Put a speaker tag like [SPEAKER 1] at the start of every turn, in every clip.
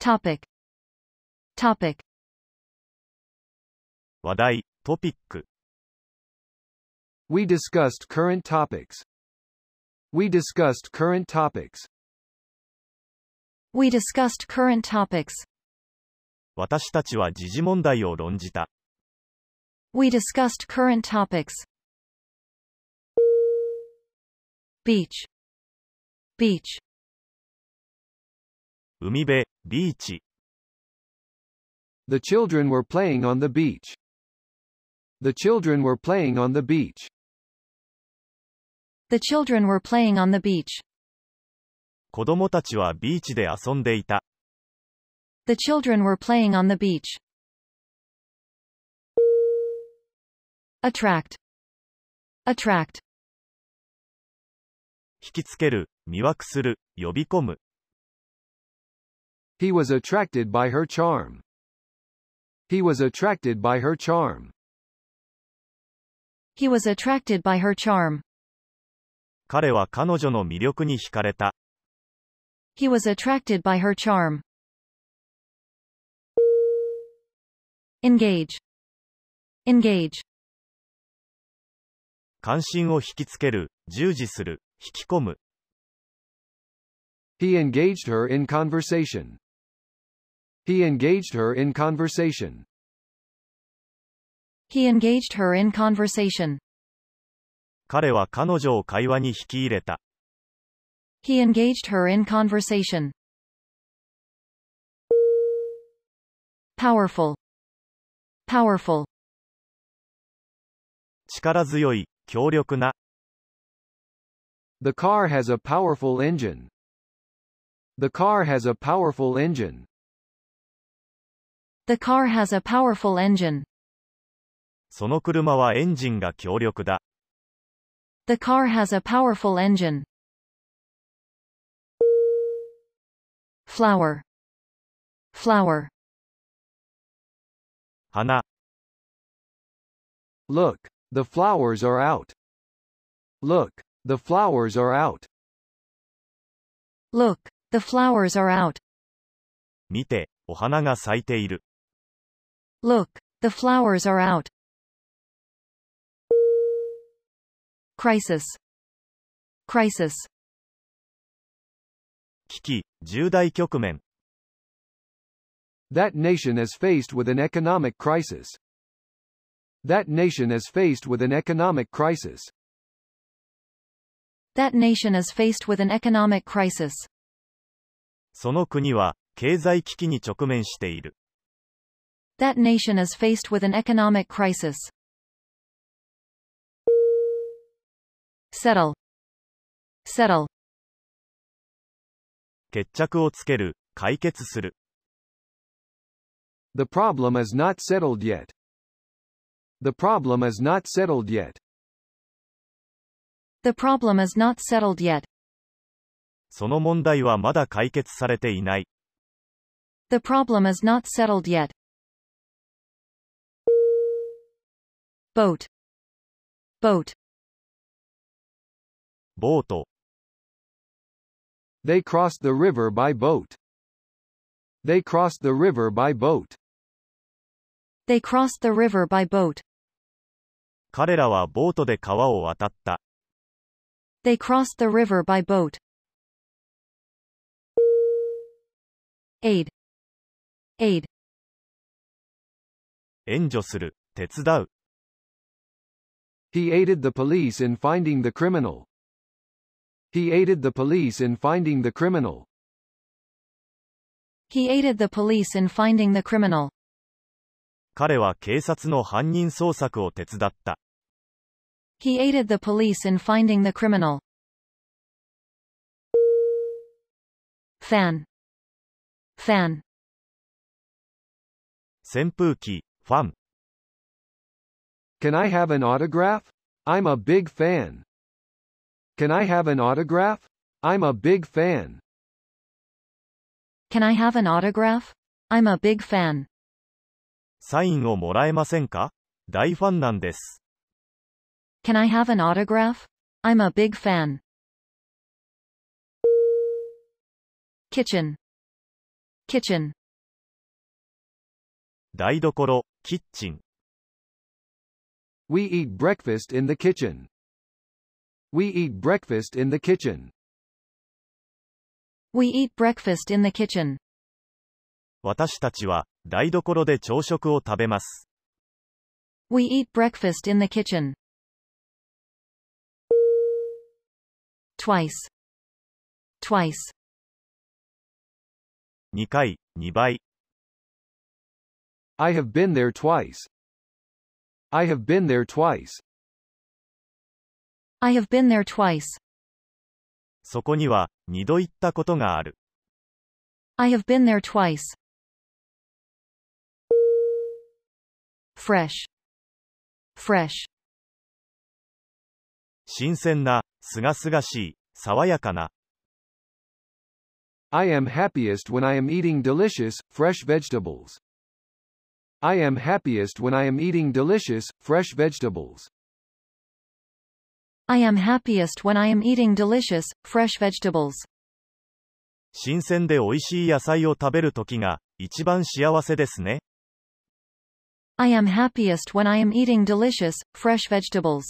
[SPEAKER 1] topic, topic,
[SPEAKER 2] 話題、トピック、
[SPEAKER 3] We discussed current topics. We discussed current topics.
[SPEAKER 1] we discussed current topics,
[SPEAKER 2] 私たちは時事問題を論じた。
[SPEAKER 1] we discussed current topics. Beach, beach,
[SPEAKER 2] 海辺、ビーチ、
[SPEAKER 3] The children were playing on the beach. The children were playing on the beach.
[SPEAKER 1] the children were playing on the beach,
[SPEAKER 2] 子供たちはビーチで遊んでいた。
[SPEAKER 1] the children were playing on the beach. Attract, attract,
[SPEAKER 2] 引きつける、魅惑する、呼び込む。
[SPEAKER 3] He was attracted by her charm. He was attracted by her charm.
[SPEAKER 1] he was attracted by her charm,
[SPEAKER 2] 彼は彼女の魅力に惹かれた。
[SPEAKER 1] he was attracted by her charm. Engage, engage,
[SPEAKER 2] 関心を引きつける、従事する、引き込む。
[SPEAKER 3] He engaged her in conversation. He engaged her in conversation.
[SPEAKER 1] he engaged her in conversation,
[SPEAKER 2] 彼は彼女を会話に引き入れた。
[SPEAKER 1] he engaged her in conversation. Powerful, powerful,
[SPEAKER 2] 力強い、強力な。
[SPEAKER 3] The car has a powerful engine. The car has a powerful engine.
[SPEAKER 1] the car has a powerful engine.
[SPEAKER 2] その車はエンジンが強力だ。
[SPEAKER 1] The car has a powerful engine. Flower. Flower.
[SPEAKER 2] 花、
[SPEAKER 3] Look, the flowers are out. Look, the flowers are out.
[SPEAKER 1] Look, the flowers are out.
[SPEAKER 2] 見て、お花が咲いている。
[SPEAKER 1] Look, the flowers are out. Crisis. Crisis.
[SPEAKER 2] 危機、重大局面。
[SPEAKER 3] That nation is faced with an economic crisis. That nation is faced with an economic crisis.
[SPEAKER 1] That nation is faced with an economic crisis.
[SPEAKER 2] その国は、経済危機に直面している。
[SPEAKER 1] That nation is faced with an economic crisis. Settle. Settle.
[SPEAKER 2] 決着をつける、解決する。
[SPEAKER 3] The problem is not settled yet. The problem is not settled yet.
[SPEAKER 1] The problem is not settled yet.
[SPEAKER 2] その問題はまだ解決されていない。
[SPEAKER 1] The problem is not settled yet. Boat. Boat.
[SPEAKER 2] ボート、
[SPEAKER 3] They crossed the river by boat. They crossed the river by boat.
[SPEAKER 1] They crossed the river by boat.
[SPEAKER 2] 彼らはボートで川を渡った。
[SPEAKER 1] They crossed the river by boat. Aid. Aid.
[SPEAKER 2] 援助する、手伝う。
[SPEAKER 3] He aided the police in finding the criminal. He aided the police in finding the criminal.
[SPEAKER 1] He aided the police in finding the criminal.
[SPEAKER 2] 彼は警察の犯人捜索を手伝った。
[SPEAKER 1] He aided the police in finding the criminal. Fan. Fan.
[SPEAKER 2] 扇風機、ファン。
[SPEAKER 3] Can I have an autograph? I'm a big fan. Can I have an autograph? I'm a big fan.
[SPEAKER 1] Can I have an autograph? I'm a big fan.
[SPEAKER 2] サインをもらえませんか大ファンなんです。
[SPEAKER 1] Can I have an autograph? I'm a big fan. Kitchen. kitchen,
[SPEAKER 2] 台所、キッチン。
[SPEAKER 3] We eat breakfast in the kitchen. We eat breakfast in the kitchen.
[SPEAKER 1] we eat breakfast in the kitchen,
[SPEAKER 2] 私たちは、台所で朝食を食べます。
[SPEAKER 1] we eat breakfast in the kitchen. Twice, twice,
[SPEAKER 2] 2回、2倍。
[SPEAKER 3] I have been there twice. I have been there twice.
[SPEAKER 1] I have been there twice,
[SPEAKER 2] そこには、二度行ったことがある。
[SPEAKER 1] I have been there twice. Fresh, fresh,
[SPEAKER 2] 新鮮な、すがすがしい、爽やかな。
[SPEAKER 3] I am happiest when I am eating delicious, fresh vegetables. I am happiest when I am eating delicious, fresh vegetables.
[SPEAKER 1] I am happiest when I am eating delicious, fresh vegetables.
[SPEAKER 2] 新鮮で美味しい野菜を食べるときが、一番幸せですね。
[SPEAKER 1] I am happiest when I am eating delicious, fresh vegetables.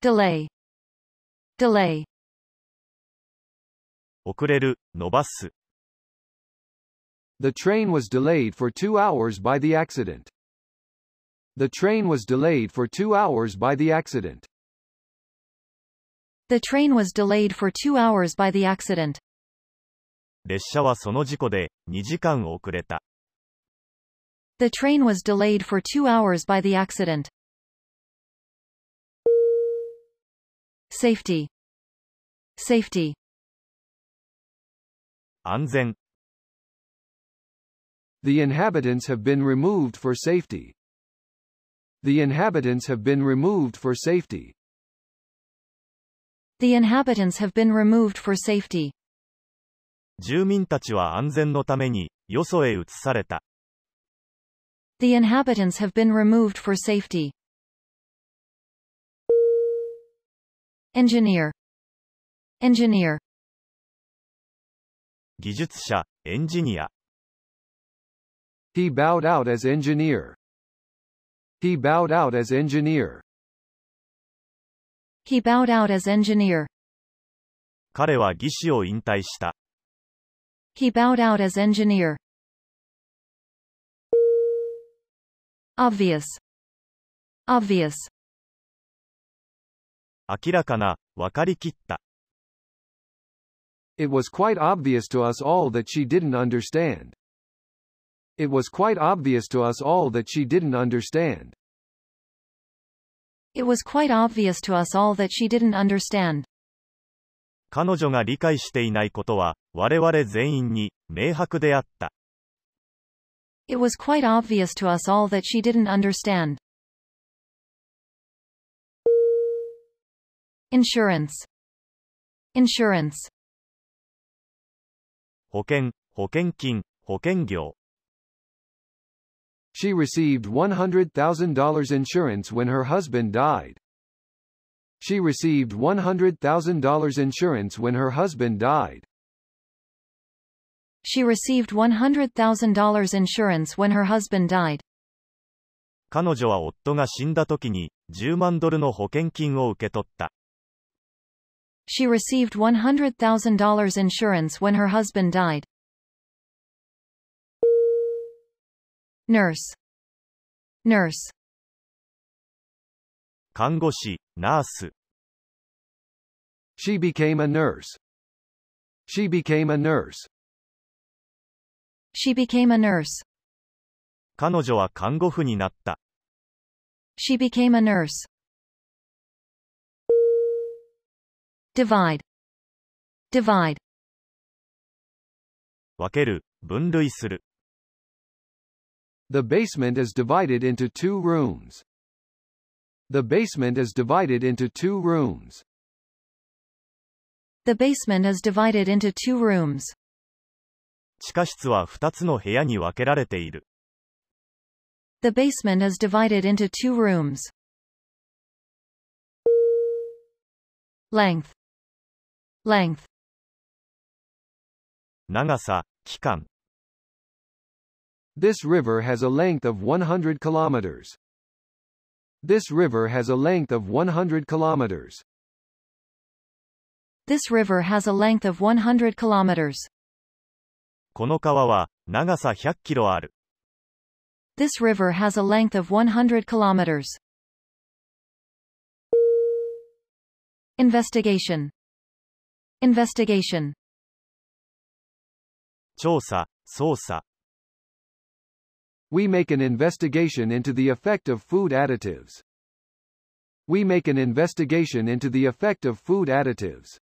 [SPEAKER 1] Delay. Delay.
[SPEAKER 2] 遅れる、伸ばす。
[SPEAKER 3] The train was delayed for two hours by the accident. The train was delayed for two hours by the accident.
[SPEAKER 1] The train was delayed for two hours by the accident.
[SPEAKER 2] 列車はその事故で、2時間遅れた。
[SPEAKER 1] The train was delayed for two hours by the accident. Safety. Safety.
[SPEAKER 2] 安全。
[SPEAKER 3] The inhabitants have been removed for safety. The inhabitants have been removed for safety.
[SPEAKER 1] The inhabitants have been removed for safety.
[SPEAKER 2] 住民たちは安全のために、よそへ移された。
[SPEAKER 1] The inhabitants have been removed for safety. Engineer. Engineer.
[SPEAKER 2] 技術者、エンジニア。
[SPEAKER 3] He bowed out as engineer. He bowed out as engineer.
[SPEAKER 1] He bowed out as engineer.
[SPEAKER 2] 彼は技師を引退した。
[SPEAKER 1] He bowed out as engineer. Obvious. Obvious.
[SPEAKER 2] 明らかな、分かりきった。
[SPEAKER 3] It was quite obvious to us all that she didn't understand. It was quite obvious to us all that she didn't understand.
[SPEAKER 1] It was quite obvious to us all that she didn't understand.
[SPEAKER 2] 彼女が理解していないことは、我々全員に、明白であった。
[SPEAKER 1] It was quite obvious to us all that she didn't understand. Insurance. Insurance.
[SPEAKER 2] 保険、保険金、保険業。
[SPEAKER 3] She received $100,000 insurance when her husband died. She received $100,000 insurance when her husband died.
[SPEAKER 1] She received $100,000 insurance when her husband died.
[SPEAKER 2] 彼女は夫が死んだ時に、10万ドルの保険金を受け取った。
[SPEAKER 1] She received $100,000 insurance when her husband died. Nurse. Nurse.
[SPEAKER 2] 看護師、ナース。
[SPEAKER 3] She became a nurse. She became a nurse.
[SPEAKER 1] She became a nurse.
[SPEAKER 2] 彼女は看護婦になった。
[SPEAKER 1] She became a nurse. Divide. Divide.
[SPEAKER 2] 分ける、分類する。
[SPEAKER 3] The basement is divided into two rooms. The basement is divided into two rooms.
[SPEAKER 1] The basement is divided into two rooms.
[SPEAKER 2] 地下室は2つの部屋に分けられている。
[SPEAKER 1] The basement is divided into two rooms. Length. Length.
[SPEAKER 2] 長さ、期間。
[SPEAKER 3] This river has a length of 100 kilometers. This river has a length of 100 kilometers.
[SPEAKER 1] This river has a length of 100 kilometers.
[SPEAKER 2] この川は、長さ100キロある。
[SPEAKER 1] This river has a length of 100 kilometers. Investigation. Investigation.
[SPEAKER 2] 調査、捜査。
[SPEAKER 3] We make an investigation into the effect of food additives. We make an investigation into the effect of food additives.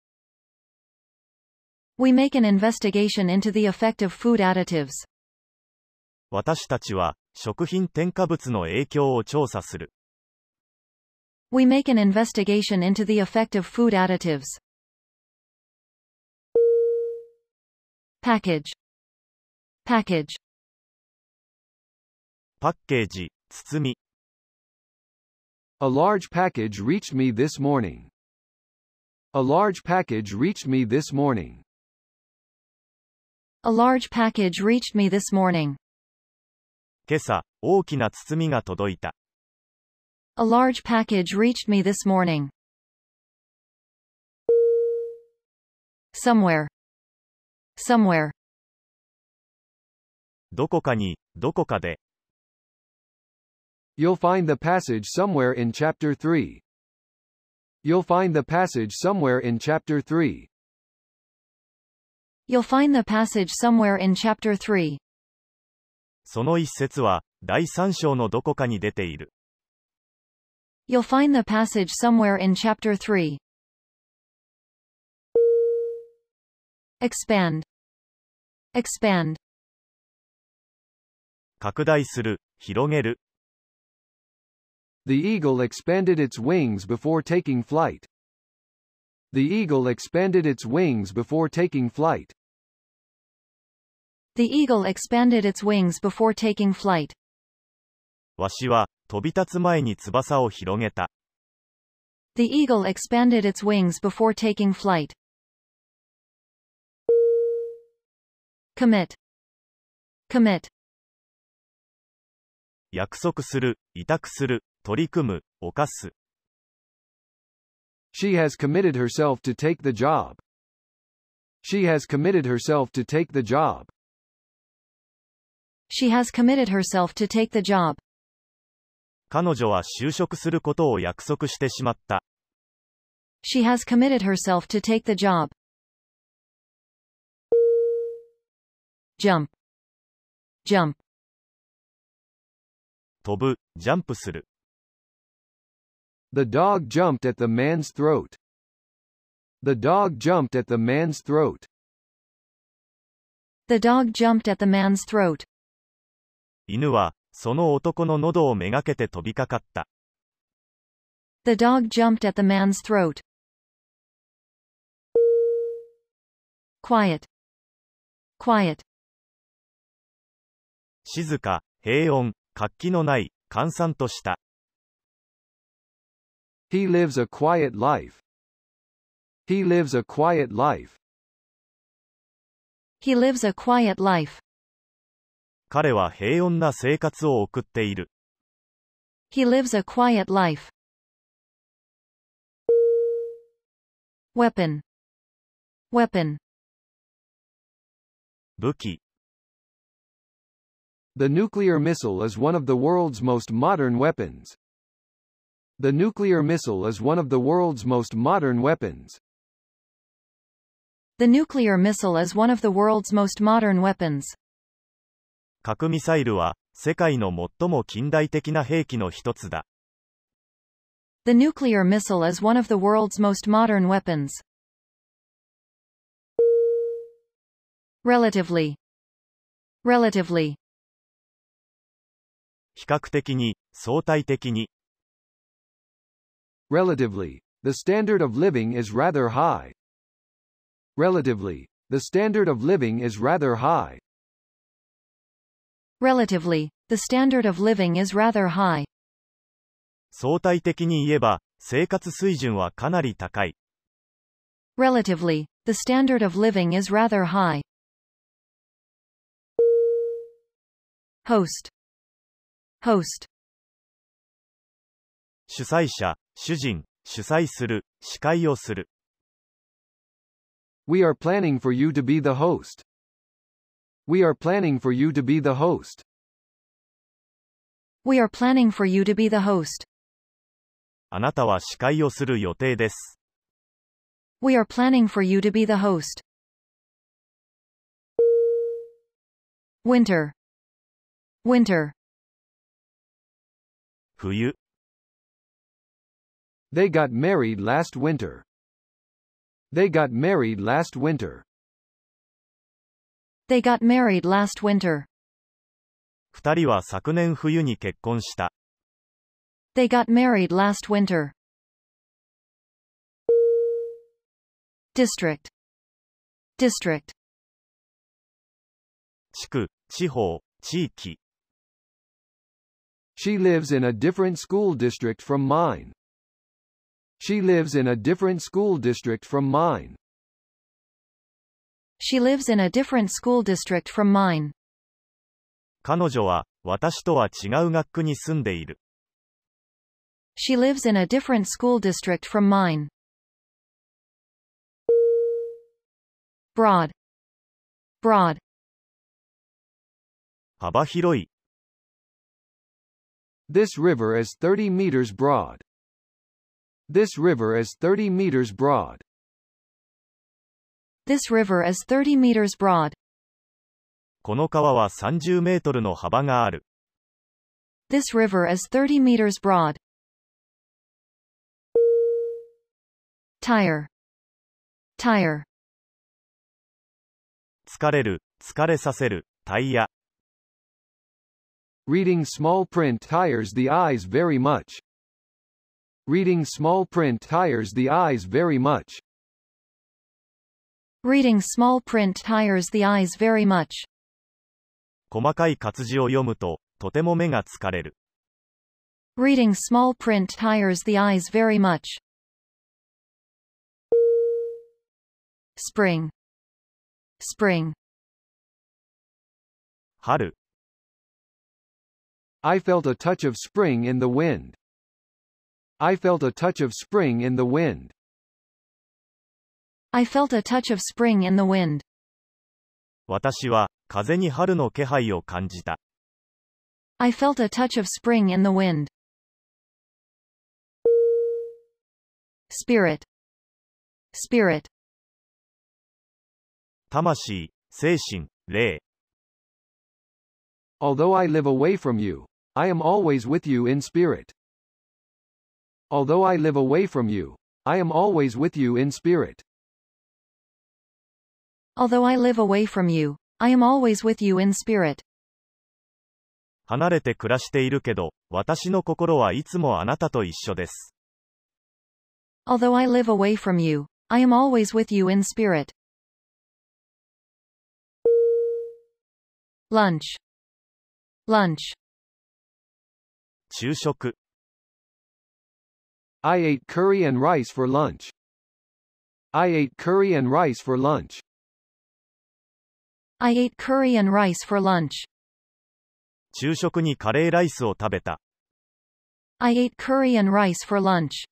[SPEAKER 1] We make an investigation into the effect of food additives.
[SPEAKER 2] 私たちは、食品添加物の影響を調査する。
[SPEAKER 1] We make an investigation into the effect of food additives. Package. Package.
[SPEAKER 2] パッケージ、包み。
[SPEAKER 3] A large package reached me this morning. A large package reached me this morning.
[SPEAKER 1] A large package reached me this morning.
[SPEAKER 2] 今朝、大きな包みが届いた。
[SPEAKER 1] A large package reached me this morning. Somewhere. Somewhere.
[SPEAKER 2] どこかに、どこかで。
[SPEAKER 3] You'll find the passage somewhere in chapter 3. You'll find the passage somewhere in chapter 3.
[SPEAKER 1] You'll find the passage somewhere in chapter 3.
[SPEAKER 2] その一節は、第三章のどこかに出ている。
[SPEAKER 1] You'll find the passage somewhere in chapter 3. Expand. Expand.
[SPEAKER 2] 拡大する、広げる。
[SPEAKER 3] The eagle expanded its wings before taking flight. The eagle expanded its wings before taking flight.
[SPEAKER 1] The eagle expanded its wings before taking flight.
[SPEAKER 2] わしは、飛び立つ前に翼を広げた。
[SPEAKER 1] The eagle expanded its wings before taking flight. Commit. Commit.
[SPEAKER 2] 約束する、委託する、取り組む、犯す。
[SPEAKER 3] She has committed herself to take the job. She has committed herself to take the job.
[SPEAKER 1] She has committed herself to take the job.
[SPEAKER 2] 彼女は就職することを約束してしまった。
[SPEAKER 1] She has committed herself to take the job. Jump. Jump.
[SPEAKER 2] 飛ぶ、ジャンプする。
[SPEAKER 3] The dog jumped at the man's throat. The dog jumped at the man's throat.
[SPEAKER 1] The dog jumped at the man's throat.
[SPEAKER 2] 犬は、その男の喉をめがけて飛びかかった。
[SPEAKER 1] The dog jumped at the man's throat. Quiet. Quiet.
[SPEAKER 2] 静か、平穏、活気のない、閑散とした。
[SPEAKER 3] He lives a quiet life. He lives a quiet life.
[SPEAKER 1] He lives a quiet life.
[SPEAKER 2] 彼は平穏な生活を送っている。
[SPEAKER 1] He lives a quiet life. Weapon. Weapon.
[SPEAKER 2] 武器。
[SPEAKER 3] The nuclear missile is one of the world's most modern weapons. The nuclear missile is one of the world's most modern weapons.
[SPEAKER 1] The nuclear missile is one of the world's most modern weapons.
[SPEAKER 2] 核ミサイルは、世界の最も近代的な兵器の一つだ。
[SPEAKER 1] The nuclear missile is one of the world's most modern weapons. Relatively. Relatively.
[SPEAKER 2] 比較的に、相対的に、
[SPEAKER 3] Relatively, the standard of living is rather high. Relatively, the standard of living is rather high.
[SPEAKER 1] Relatively, the standard of living is rather high.
[SPEAKER 2] 相対的に言えば、生活水準はかなり高い。
[SPEAKER 1] Relatively, the standard of living is rather high. host, host,
[SPEAKER 2] 主催者、主人、主催する、司会をする。
[SPEAKER 3] We are planning for you to be the host. We are planning for you to be the host.
[SPEAKER 1] we are planning for you to be the host,
[SPEAKER 2] あなたは司会をする予定です。
[SPEAKER 1] we are planning for you to be the host. Winter, winter,
[SPEAKER 2] 冬、
[SPEAKER 3] They got married last winter. They got married last winter.
[SPEAKER 1] they got married last winter,
[SPEAKER 2] 二人は昨年冬に結婚した。
[SPEAKER 1] they got married last winter. District, district,
[SPEAKER 2] 地区、地方、地域。
[SPEAKER 3] She lives in a different school district from mine. She lives in a different school district from mine.
[SPEAKER 1] she lives in a different school district from mine.
[SPEAKER 2] 彼女は、私とは違う学区に住んでいる。
[SPEAKER 1] She lives in a different school district from mine. Broad. Broad.
[SPEAKER 2] 幅広い。
[SPEAKER 3] This river is 30 meters broad. This river is 30 meters broad.
[SPEAKER 1] This river is 30 meters broad.
[SPEAKER 2] この川は30メートルの幅がある。
[SPEAKER 1] This river is 30 meters broad. Tire. Tire.
[SPEAKER 2] 疲れる、疲れさせる、タイヤ。
[SPEAKER 3] Reading small print tires the eyes very much. Reading small print tires the eyes very much.
[SPEAKER 1] Reading small print tires the eyes very much.
[SPEAKER 2] 細かい活字を読むと、とても目が疲れる。
[SPEAKER 1] Reading small print tires the eyes very much. Spring. Spring.
[SPEAKER 2] 春、
[SPEAKER 3] I felt a touch of spring in the wind. I felt a touch of spring in the wind.
[SPEAKER 1] I felt a touch of spring in the wind.
[SPEAKER 2] 私は、風に春の気配を感じた。
[SPEAKER 1] I felt a touch of spring in the wind. Spirit. Spirit.
[SPEAKER 2] 魂、精神、霊。
[SPEAKER 3] Although I live away from you, I am always with you in spirit. Although I live away from you, I am always with you in spirit.
[SPEAKER 1] Although I live away from you, I am always with you in spirit.
[SPEAKER 2] 離れて暮らしているけど、私の心はいつもあなたと一緒です。
[SPEAKER 1] Although I live away from you, I am always with you in spirit. Lunch. Lunch.
[SPEAKER 2] 昼食、
[SPEAKER 3] I ate curry and rice for lunch. I ate curry and rice for lunch.
[SPEAKER 1] I ate curry and rice for lunch.
[SPEAKER 2] 昼食にカレーライスを食べた。
[SPEAKER 1] I ate curry and rice for lunch.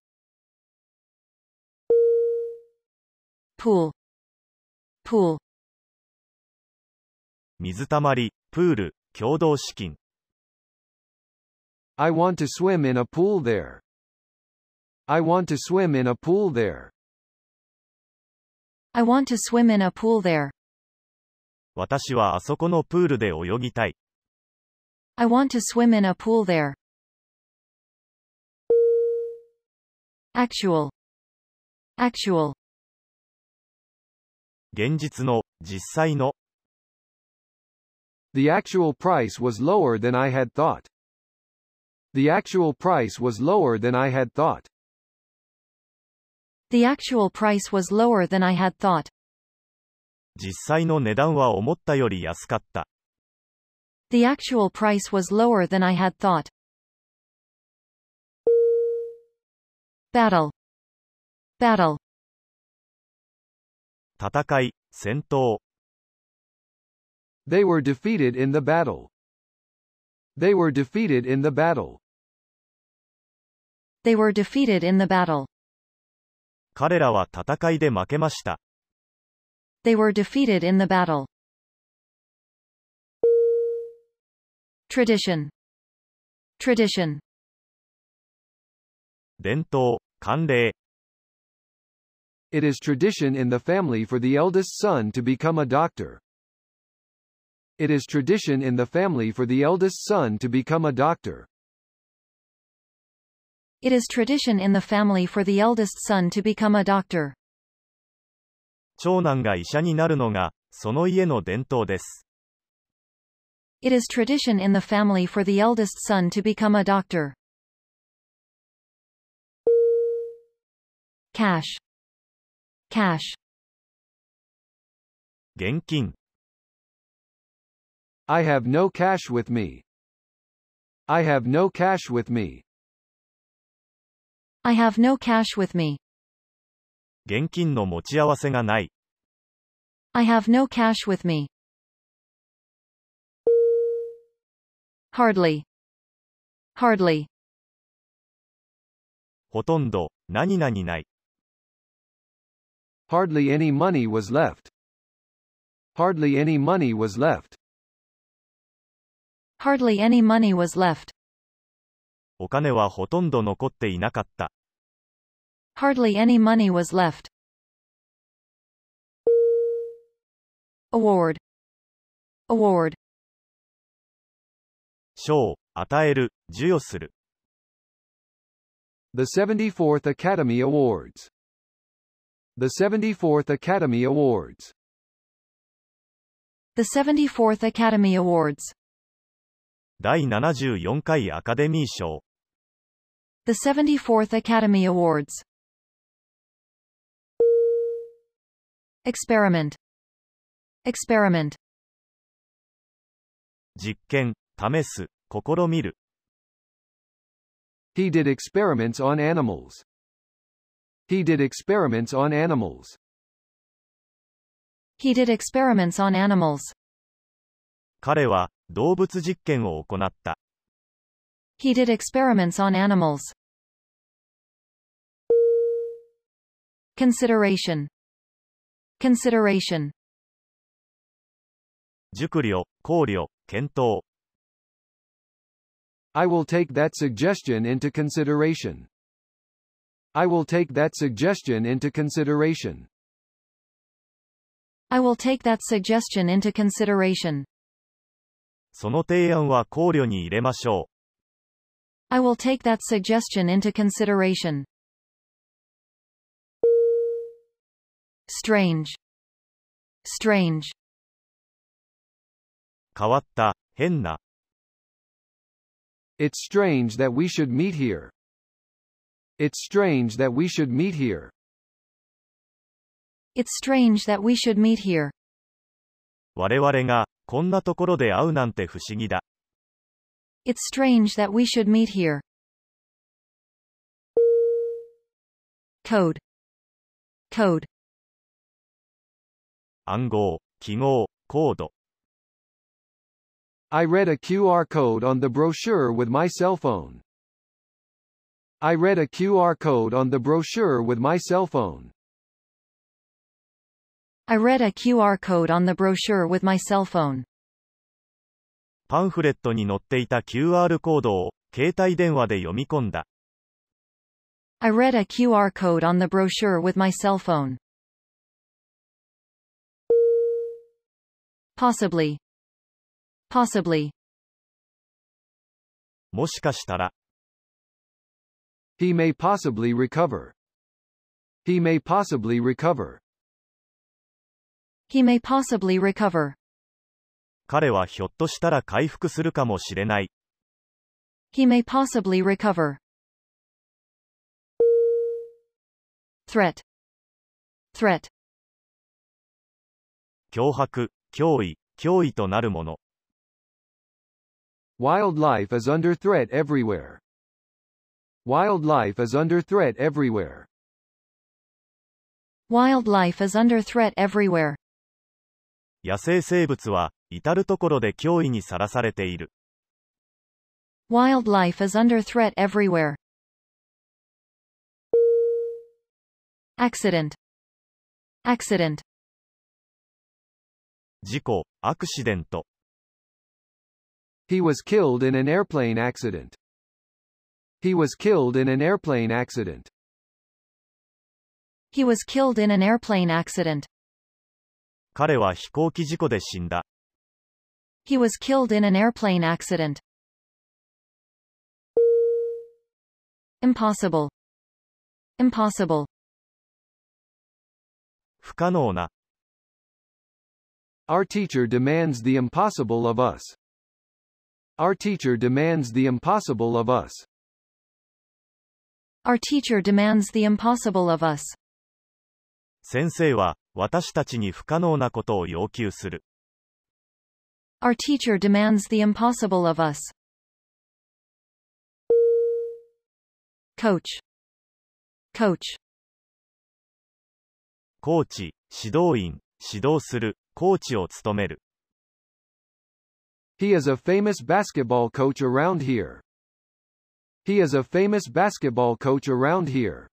[SPEAKER 1] Pool. Pool.
[SPEAKER 2] 水たまり、プール、共同資金。
[SPEAKER 3] I want to swim in a pool there. I want to swim in a pool there.
[SPEAKER 1] I want to swim in a pool there.
[SPEAKER 2] 私はあそこのプールで泳ぎたい。
[SPEAKER 1] I want to swim in a pool there. Actual. Actual.
[SPEAKER 2] 現実の、実際の、
[SPEAKER 3] The actual price was lower than I had thought. The actual price was lower than I had thought.
[SPEAKER 1] The actual price was lower than I had thought.
[SPEAKER 2] 実際の値段は思ったより安かった。
[SPEAKER 1] The actual price was lower than I had thought. Battle. Battle.
[SPEAKER 2] 戦い、戦闘。
[SPEAKER 3] They were defeated in the battle. They were defeated in the battle.
[SPEAKER 1] They were defeated in the battle.
[SPEAKER 2] 彼らは戦いで負けました。
[SPEAKER 1] They were defeated in the battle. Tradition. Tradition.
[SPEAKER 2] 伝統、慣例、
[SPEAKER 3] It is tradition in the family for the eldest son to become a doctor. It is tradition in the family for the eldest son to become a doctor.
[SPEAKER 1] It is tradition in the family for the eldest son to become a doctor.
[SPEAKER 2] 長男が医者になるのが、その家の伝統です。
[SPEAKER 1] It is tradition in the family for the eldest son to become a doctor. Cash. Cash.
[SPEAKER 2] 現金、
[SPEAKER 3] I have no cash with me. I have no cash with me.
[SPEAKER 1] I have no cash with me.
[SPEAKER 2] 現金の持ち合わせがない。
[SPEAKER 1] I have no cash with me. Hardly. Hardly.
[SPEAKER 2] ほとんど、何々ない。
[SPEAKER 3] Hardly any money was left. Hardly any money was left.
[SPEAKER 1] Hardly any money was left.
[SPEAKER 2] お金はほとんど残っていなかった。
[SPEAKER 1] Hardly any money was left. Award. Award.
[SPEAKER 2] 賞、与える、授与する。
[SPEAKER 3] The 74th Academy Awards. The 74th Academy Awards.
[SPEAKER 1] The 74th Academy Awards.
[SPEAKER 2] 第74回アカデミー賞。
[SPEAKER 1] The 74th Academy Awards. Experiment. Experiment.
[SPEAKER 2] 実験、試す、試みる。
[SPEAKER 3] He did experiments on animals. He did experiments on animals.
[SPEAKER 1] He did experiments on animals.
[SPEAKER 2] 彼は、動物実験を行った。
[SPEAKER 1] He did experiments on animals. Consideration. Consideration.
[SPEAKER 2] 熟慮、考慮、検討。
[SPEAKER 3] I will take that suggestion into consideration. I will take that suggestion into consideration.
[SPEAKER 1] I will take that suggestion into consideration.
[SPEAKER 2] その提案は考慮に入れましょう。
[SPEAKER 1] I will take that suggestion into consideration. Strange. Strange.
[SPEAKER 2] 変わった、変な。
[SPEAKER 3] It's strange that we should meet here. It's strange that we should meet here.
[SPEAKER 1] It's strange that we should meet here.
[SPEAKER 2] 我々が、こんなところで会うなんて不思議だ。
[SPEAKER 1] It's strange that we should meet here. Code. Code.
[SPEAKER 2] 暗号、記号、コード。
[SPEAKER 3] I read a QR code on the brochure with my cell phone. I read a QR code on the brochure with my cell phone.
[SPEAKER 1] I read a QR code on the brochure with my cell phone.
[SPEAKER 2] パンフレットに載っていた QR コードを、携帯電話で読み込んだ。
[SPEAKER 1] I read a QR code on the brochure with my cell phone. Possibly. Possibly.
[SPEAKER 2] もしかしたら、
[SPEAKER 3] He may possibly recover. He may possibly recover.
[SPEAKER 1] He may possibly recover.
[SPEAKER 2] 彼はひょっとしたら回復するかもしれない。
[SPEAKER 1] He may possibly recover. Threat. Threat.
[SPEAKER 2] 脅迫、脅威、脅威となるもの。
[SPEAKER 3] Wildlife is under threat everywhere. Wildlife is under threat everywhere.
[SPEAKER 1] Wildlife is under threat everywhere.
[SPEAKER 2] 野生生物は、至るところで脅威にさらされている。
[SPEAKER 1] Wildlife is under threat everywhere. Accident. Accident.
[SPEAKER 2] 事故、アクシデント。
[SPEAKER 3] He was killed in an airplane accident. He was killed in an airplane accident.
[SPEAKER 1] He was killed in an airplane accident.
[SPEAKER 2] 彼は飛行機事故で死んだ。
[SPEAKER 1] He was killed in an airplane accident. Impossible. Impossible.
[SPEAKER 2] 不可能な。
[SPEAKER 3] Our teacher demands the impossible of us. Our teacher demands the impossible of us.
[SPEAKER 1] Our teacher demands the impossible of us.
[SPEAKER 2] 先生は、私たちに不可能なことを要求する。
[SPEAKER 1] Our teacher demands the impossible of us. Coach. Coach.
[SPEAKER 2] コーチ、指導員、指導する、コーチを務める。
[SPEAKER 3] He is a famous basketball coach around here. He is a famous basketball coach around here.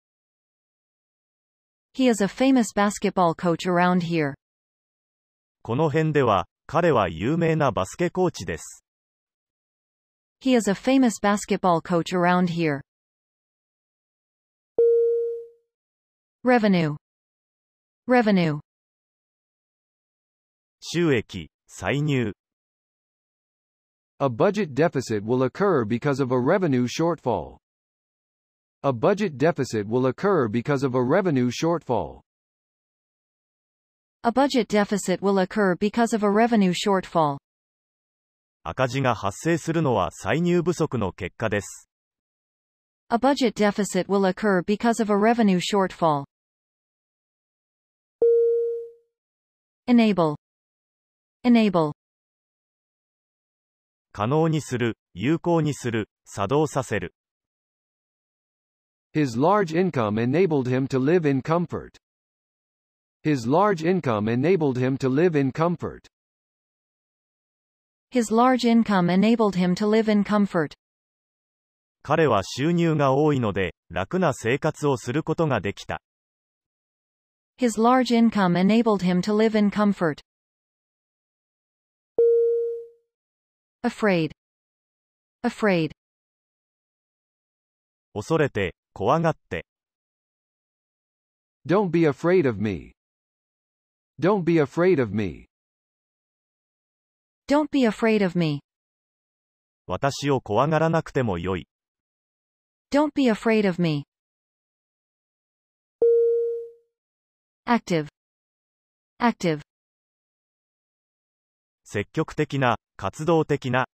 [SPEAKER 1] He is a famous basketball coach around here.
[SPEAKER 2] この辺では、彼は有名なバスケコーチです。
[SPEAKER 1] He is a famous basketball coach around here. Revenue. Revenue.
[SPEAKER 2] 収益、歳入。
[SPEAKER 3] A budget deficit will occur because of a revenue shortfall. A budget deficit will occur because of a revenue shortfall.
[SPEAKER 1] A budget deficit will occur because of a revenue shortfall.
[SPEAKER 2] 赤字が発生するのは歳入不足の結果です。
[SPEAKER 1] A budget deficit will occur because of a revenue shortfall. Enable. Enable.
[SPEAKER 2] 可能にする、有効にする、作動させる。
[SPEAKER 3] His large income enabled him to live in comfort. His large income enabled him to live in comfort.
[SPEAKER 1] His large income enabled him to live in comfort.
[SPEAKER 2] 彼は収入が多いので、楽な生活をすることができた。
[SPEAKER 1] His large income enabled him to live in comfort. Afraid. Afraid.
[SPEAKER 2] 恐れて、怖がって。
[SPEAKER 3] Don't be afraid of me. Don't be afraid of me.
[SPEAKER 1] Don't be afraid of me.
[SPEAKER 2] 私を怖がらなくてもよい。
[SPEAKER 1] Don't be afraid of me. Active. Active.
[SPEAKER 2] 積極的な、活動的な。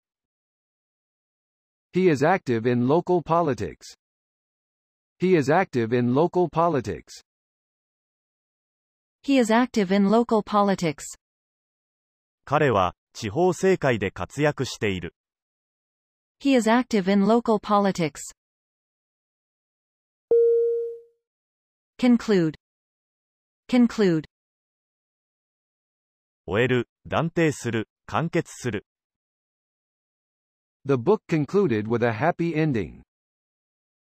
[SPEAKER 3] He is active in local politics. He is active in local politics.
[SPEAKER 1] He is active in local politics.
[SPEAKER 2] 彼は、地方政界で活躍している。
[SPEAKER 1] He is active in local politics. Conclude. Conclude.
[SPEAKER 2] 終える、断定する、完結する。
[SPEAKER 3] The book concluded with a happy ending.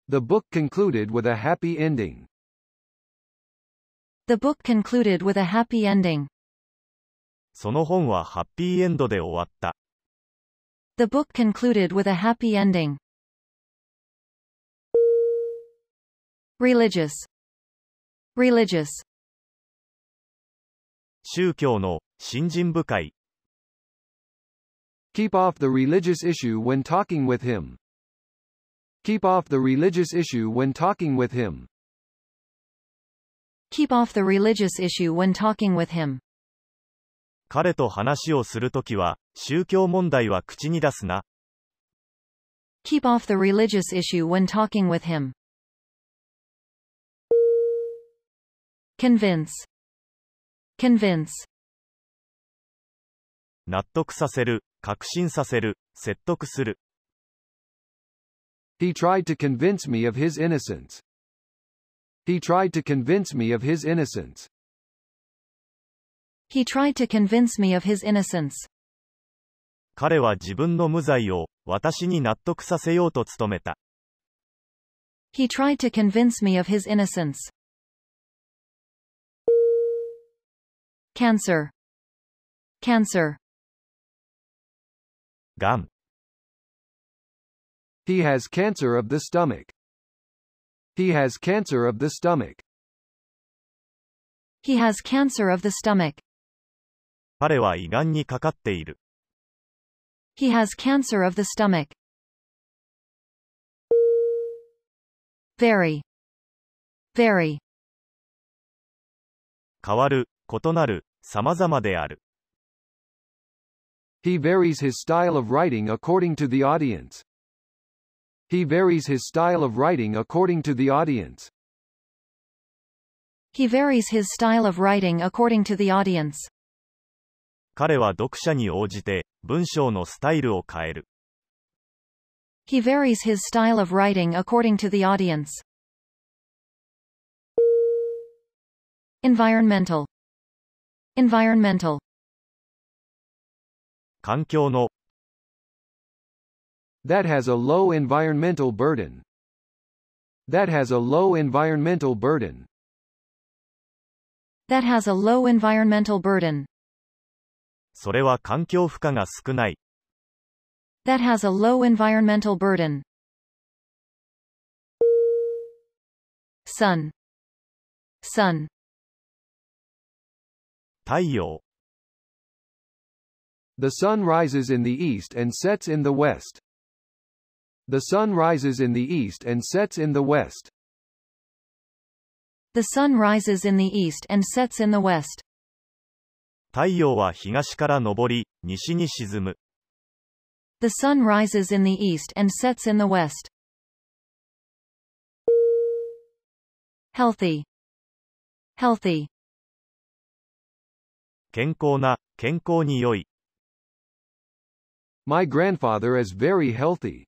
[SPEAKER 3] The book concluded with a happy ending.
[SPEAKER 1] The book concluded with a happy ending.
[SPEAKER 2] その本はハッピーエンドで終わった。
[SPEAKER 1] The book concluded with a happy ending. Religious. Religious.
[SPEAKER 2] 宗教の、信心深い。
[SPEAKER 3] Keep off the religious issue when talking with him. Keep off the religious issue when talking with him.
[SPEAKER 1] Keep off the religious issue when talking with him.
[SPEAKER 2] 彼と話をするときは、宗教問題は口に出すな。
[SPEAKER 1] Keep off the religious issue when talking with him. Convince. Convince.
[SPEAKER 2] 納得させる、確信させる、説得する。
[SPEAKER 3] He tried to convince me of his innocence. He tried to convince me of his innocence.
[SPEAKER 1] He tried to convince me of his innocence.
[SPEAKER 2] 彼は自分の無罪を、私に納得させようと努めた。
[SPEAKER 1] He tried to convince me of his innocence. Cancer. Cancer.
[SPEAKER 2] がん、
[SPEAKER 3] He has cancer of the stomach. He has cancer of the stomach.
[SPEAKER 1] He has cancer of the stomach.
[SPEAKER 2] 彼は胃がんにかかっている。
[SPEAKER 1] He has cancer of the stomach. Very. Very.
[SPEAKER 2] 変わる、異なる、様々である。
[SPEAKER 3] He varies his style of writing according to the audience. He varies his style of writing according to the audience.
[SPEAKER 1] He varies his style of writing according to the audience.
[SPEAKER 2] 彼は読者に応じて、文章のスタイルを変える。
[SPEAKER 1] He varies his style of writing according to the audience. Environmental. Environmental.
[SPEAKER 2] 環境の、
[SPEAKER 3] That has a low environmental burden. That has a low environmental burden.
[SPEAKER 1] That has a low environmental burden.
[SPEAKER 2] それは環境負荷が少ない。
[SPEAKER 1] That has a low environmental burden. Sun. Sun.
[SPEAKER 2] 太陽、
[SPEAKER 3] The sun rises in the east and sets in the west. The sun rises in the east and sets in the west.
[SPEAKER 1] The sun rises in the east and sets in the west.
[SPEAKER 2] 太陽は東から昇り、西に沈む。
[SPEAKER 1] The sun rises in the east and sets in the west. Healthy. Healthy.
[SPEAKER 2] 健康な、健康に良い。
[SPEAKER 3] My grandfather is very healthy.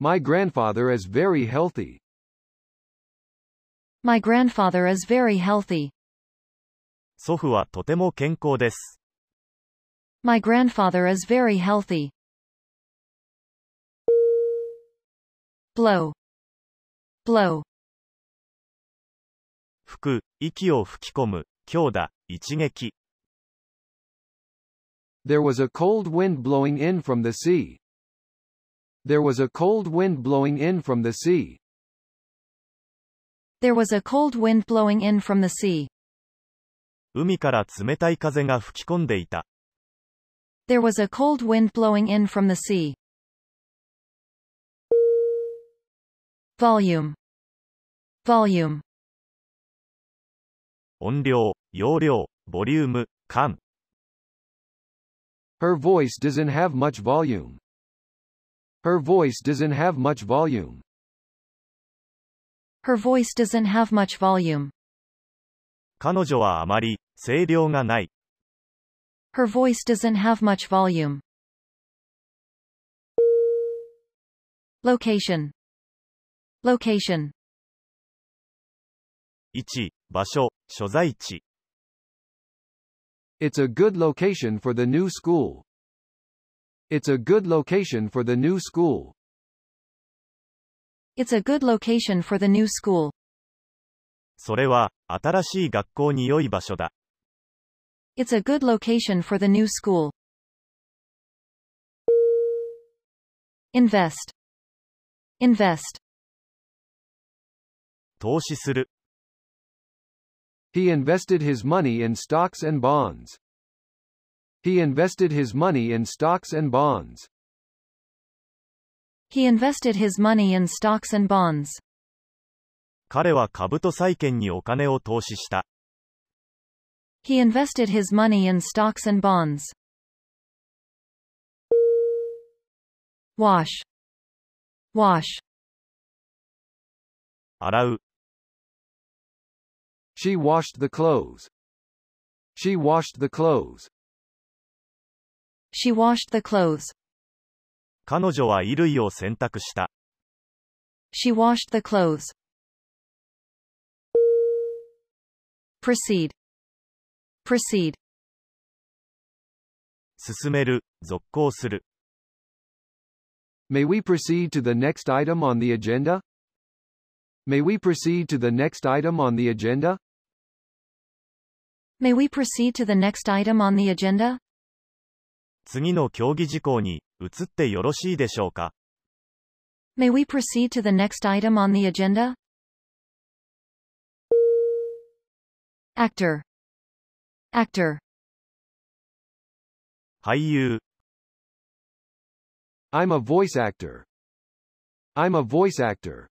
[SPEAKER 3] My grandfather is very healthy.
[SPEAKER 1] My grandfather is very healthy.
[SPEAKER 2] 祖父はとても健康です。
[SPEAKER 1] My grandfather is very healthy. Blow. Blow.
[SPEAKER 2] 吹く、息を吹き込む、強打、一撃。
[SPEAKER 3] There was a cold wind blowing in from the sea. There was a cold wind blowing in from the sea.
[SPEAKER 1] There was a cold wind blowing in from the sea.
[SPEAKER 2] 海から冷たい風が吹き込んでいた。
[SPEAKER 1] There was a cold wind blowing in from the sea. Volume. Volume.
[SPEAKER 2] 音量、容量、ボリューム、感。
[SPEAKER 3] Her voice doesn't have much volume. Her voice doesn't have much volume.
[SPEAKER 1] Her voice doesn't have much volume.
[SPEAKER 2] 彼女はあまり、声量がない。
[SPEAKER 1] Her voice doesn't have much volume. Location. Location.
[SPEAKER 2] 位置、場所、所在地。
[SPEAKER 3] It's a good location for the new school. It's a good location for the new school.
[SPEAKER 1] It's a good location for the new school.
[SPEAKER 2] それは、新しい学校に良い場所だ。
[SPEAKER 1] It's a good location for the new school. Invest. Invest.
[SPEAKER 2] 投資する。
[SPEAKER 3] He invested his money in stocks and bonds. He invested his money in stocks and bonds.
[SPEAKER 1] He invested his money in stocks and bonds.
[SPEAKER 2] 彼は株と債券にお金を投資した。
[SPEAKER 1] He invested his money in stocks and bonds. Wash. Wash.
[SPEAKER 2] 洗う。
[SPEAKER 3] She washed the clothes. She washed the clothes.
[SPEAKER 1] She washed the clothes.
[SPEAKER 2] 彼女は衣類を選択した。
[SPEAKER 1] She washed the clothes. Proceed. Proceed.
[SPEAKER 2] 進める、続行する。
[SPEAKER 3] May we proceed to the next item on the agenda? May we proceed to the next item on the agenda?
[SPEAKER 1] May we proceed to the next item on the agenda?
[SPEAKER 2] 次の競技事項に移ってよろしいでしょうか
[SPEAKER 1] May we proceed to the next item on the agenda? Actor. Actor.
[SPEAKER 2] 俳優
[SPEAKER 3] I'm a voice actor. I'm a voice actor.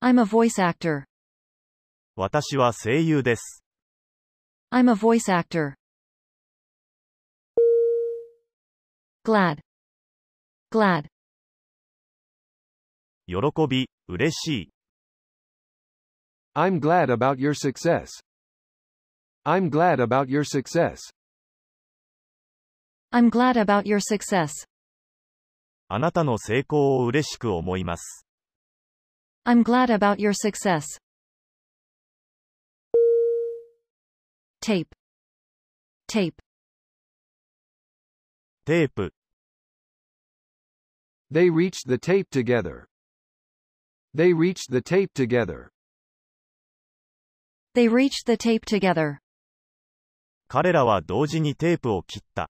[SPEAKER 1] I'm a voice actor.
[SPEAKER 2] 私は声優です
[SPEAKER 1] I'm a voice actor. Glad. Glad.
[SPEAKER 2] 喜び嬉しい
[SPEAKER 3] I'm glad about your success. I'm glad about your success.
[SPEAKER 1] I'm glad about your success.
[SPEAKER 2] あなたの成功を嬉しく思います
[SPEAKER 1] I'm glad about your success. Tape. Tape.
[SPEAKER 2] テープ
[SPEAKER 3] They reached the tape together. They reached the tape together.
[SPEAKER 1] They reached the tape together.
[SPEAKER 2] 彼らは同時にテープを切った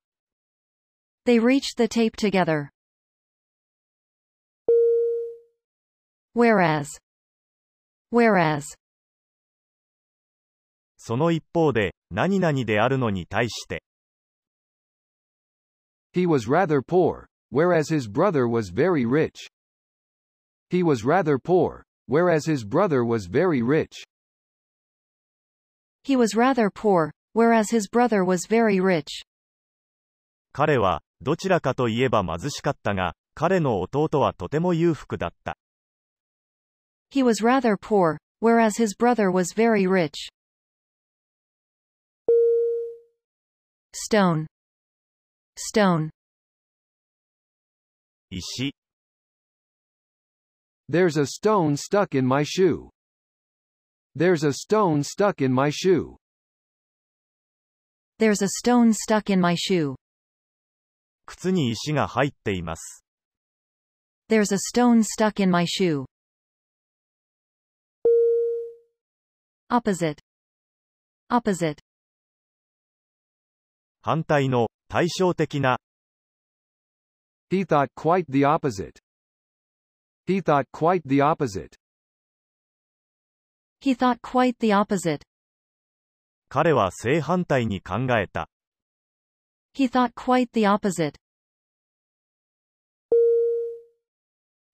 [SPEAKER 1] They reached the tape together. Whereas. Whereas.
[SPEAKER 2] その一方で何々であるのに対して
[SPEAKER 3] He was rather poor, whereas his brother was very rich. He was rather poor, whereas his brother was very rich.
[SPEAKER 1] He was rather poor, whereas his brother was very rich.
[SPEAKER 2] 彼はどちらかといえば貧しかったが彼の弟はとても裕福だった
[SPEAKER 1] He was rather poor, whereas his brother was very rich. Stone. Stone.
[SPEAKER 2] 石
[SPEAKER 3] There's a stone stuck in my shoe. There's a stone stuck in my shoe.
[SPEAKER 1] There's a stone stuck in my shoe.
[SPEAKER 2] 靴に石が入っています
[SPEAKER 1] There's a stone stuck in my shoe. Opposite. Opposite.
[SPEAKER 2] 反対の対照的な
[SPEAKER 3] He thought quite the opposite. He thought quite the opposite.
[SPEAKER 1] He thought quite the opposite.
[SPEAKER 2] 彼は正反対に考えた
[SPEAKER 1] He thought quite the opposite.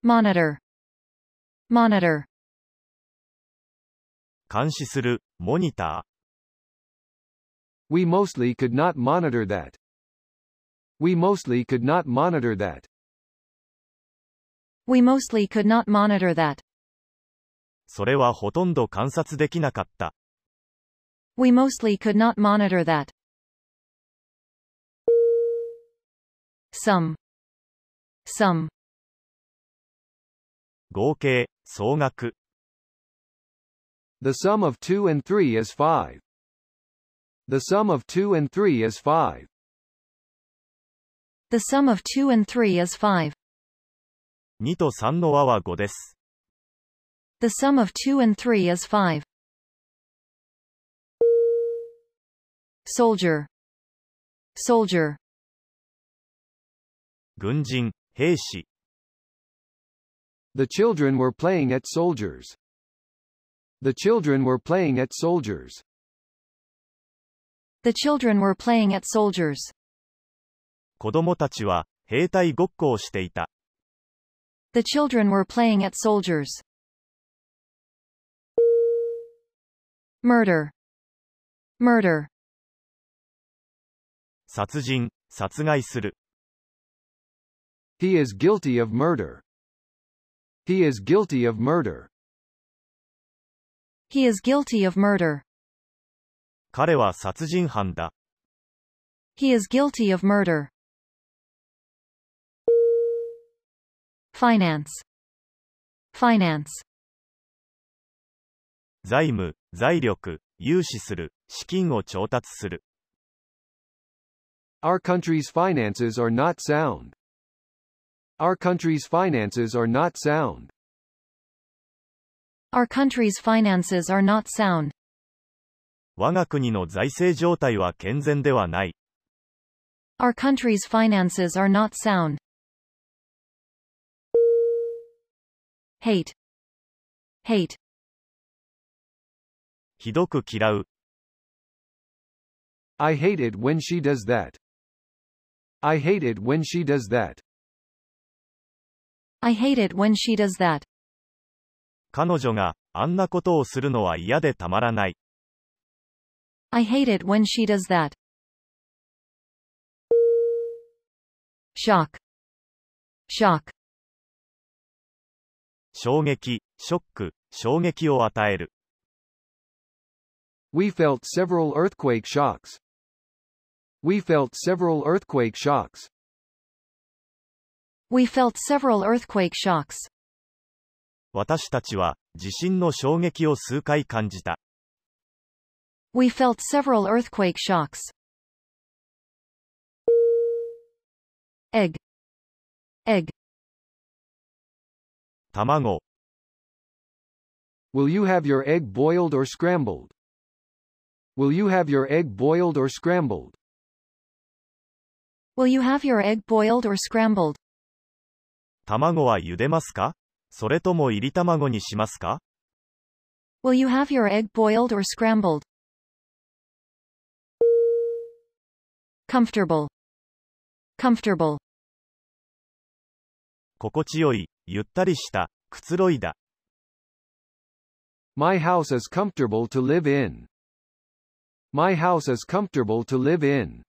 [SPEAKER 1] Monitor. Monitor.
[SPEAKER 2] 監視するモニタ
[SPEAKER 3] We mostly could not monitor that. We mostly could not monitor that.
[SPEAKER 1] We mostly could not monitor that.
[SPEAKER 2] ーそれはほとんど観察できなかった
[SPEAKER 1] We mostly could not monitor that. Some. Some.
[SPEAKER 2] 合計総額
[SPEAKER 3] The sum of 2 and 3 is 5. The sum of 2 and 3 is 5.
[SPEAKER 1] The sum of 2 and 3 is 5.
[SPEAKER 2] 2と3の和は5です
[SPEAKER 1] The sum of 2 and 3 is 5. Soldier. Soldier.
[SPEAKER 2] 軍人兵士
[SPEAKER 3] The children were playing at soldiers. The children were playing at soldiers.
[SPEAKER 1] The children were playing at soldiers.
[SPEAKER 2] 子供たちは兵隊ごっこをしていた
[SPEAKER 1] The children were playing at soldiers. Murder. Murder.
[SPEAKER 2] 殺人殺害する
[SPEAKER 3] He is guilty of murder. He is guilty of murder.
[SPEAKER 1] He is guilty of murder.
[SPEAKER 2] 彼は殺人犯だ
[SPEAKER 1] He is guilty of murder. Finance. Finance.
[SPEAKER 2] 財務財力融資する資金を調達する
[SPEAKER 3] Our country's finances are not sound. Our country's finances are not sound.
[SPEAKER 1] Our country's finances are not sound.
[SPEAKER 2] 我が国の財政状態は健全ではない。
[SPEAKER 1] Our country's finances are not sound. Hate. Hate.
[SPEAKER 2] ひどく嫌う。
[SPEAKER 3] I hate it when she does that. I hate it when she does that.
[SPEAKER 1] I hate it when she does that.
[SPEAKER 2] 彼女が、あんなことをするのは嫌でたまらない。
[SPEAKER 1] I hate it when she does that. Shock. Shock.
[SPEAKER 2] 衝撃、ショック、衝撃を与える。
[SPEAKER 3] We felt several earthquake shocks. We felt several earthquake shocks.
[SPEAKER 1] We felt several earthquake shocks.
[SPEAKER 2] 私たちは、地震の衝撃を数回感じた。
[SPEAKER 1] We felt several earthquake shocks. Egg. Egg.
[SPEAKER 2] 卵、
[SPEAKER 3] Will you have your egg boiled or scrambled? Will you have your egg boiled or scrambled?
[SPEAKER 1] Will you have your egg boiled or scrambled?
[SPEAKER 2] 卵は茹でますかそれとも入り卵にしますか
[SPEAKER 1] Will you have your egg boiled or scrambled? Comfortable. Comfortable.
[SPEAKER 2] 心地よい、ゆったりした、くつろいだ。
[SPEAKER 3] My house is comfortable to live in. My house is comfortable to live in.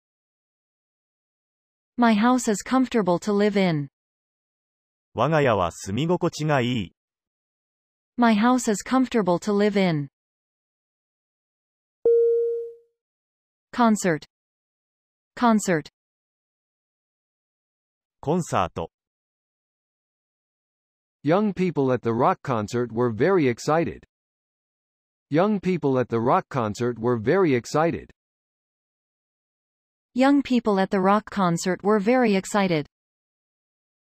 [SPEAKER 1] My house is comfortable to live in.
[SPEAKER 2] 我が家は住み心地がいい。
[SPEAKER 1] My house is comfortable to live in. Concert. Concert.
[SPEAKER 2] コンサート。
[SPEAKER 3] Young people at the rock concert were very excited. Young people at the rock concert were very excited.
[SPEAKER 1] Young people at the rock concert were very excited.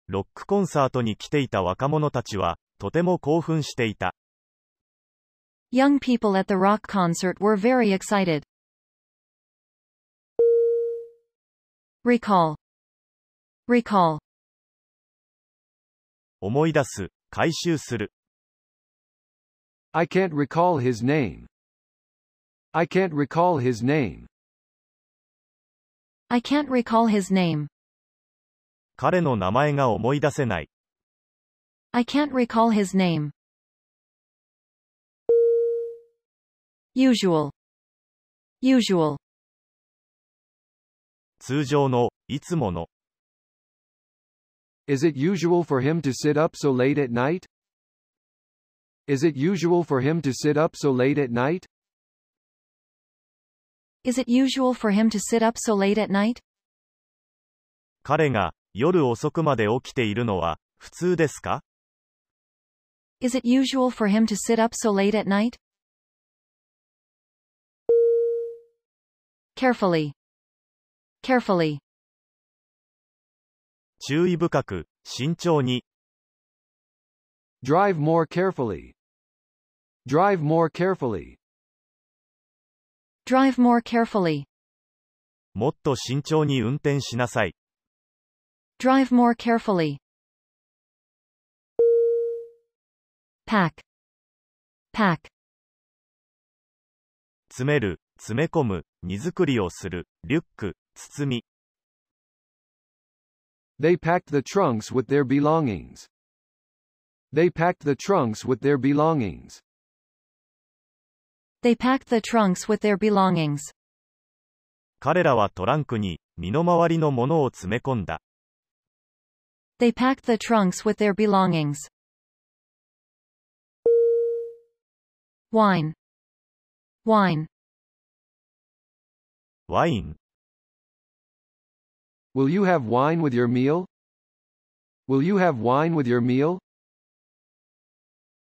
[SPEAKER 2] ロックコンサートに来ていた若者たちは、とても興奮していた。
[SPEAKER 1] Young people at the rock concert were very excited. Recall. Recall.
[SPEAKER 2] 思い出す、回収する。
[SPEAKER 3] I can't recall his name. I can't recall his name.
[SPEAKER 1] I can't recall his name.
[SPEAKER 2] 彼の名前が思い出せない。
[SPEAKER 1] I can't recall his name. Usual. Usual.
[SPEAKER 2] 通常の、いつもの。
[SPEAKER 3] Is it usual for him to sit up so late at night? Is it usual for him to sit up so late at night?
[SPEAKER 1] Is it usual for him to sit up so late at night?
[SPEAKER 2] 彼が、夜遅くまで起きているのは、普通ですか
[SPEAKER 1] Is it usual for him to sit up so late at night? Carefully. Carefully.
[SPEAKER 2] 注意深く、慎重に、
[SPEAKER 3] Drive more carefully. Drive more carefully.
[SPEAKER 1] Drive more carefully.
[SPEAKER 2] もっと慎重に運転しなさい。
[SPEAKER 1] Drive more carefully. Pack. Pack.
[SPEAKER 2] 詰める、詰め込む、荷造りをする、リュック、包み。
[SPEAKER 3] They packed the trunks with their belongings. They packed the trunks with their belongings.
[SPEAKER 1] They packed the trunks with their belongings.
[SPEAKER 2] 彼らはトランクに、身の回りのものを詰め込んだ。
[SPEAKER 1] They packed the trunks with their belongings. Wine. Wine.
[SPEAKER 2] ワイン、
[SPEAKER 3] Will you have wine with your meal? Will you have wine with your meal?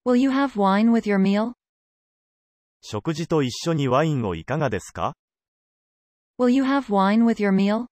[SPEAKER 1] Will you have wine with your meal?
[SPEAKER 2] 食事と一緒にワインをいかがですか
[SPEAKER 1] Will you have wine with your meal?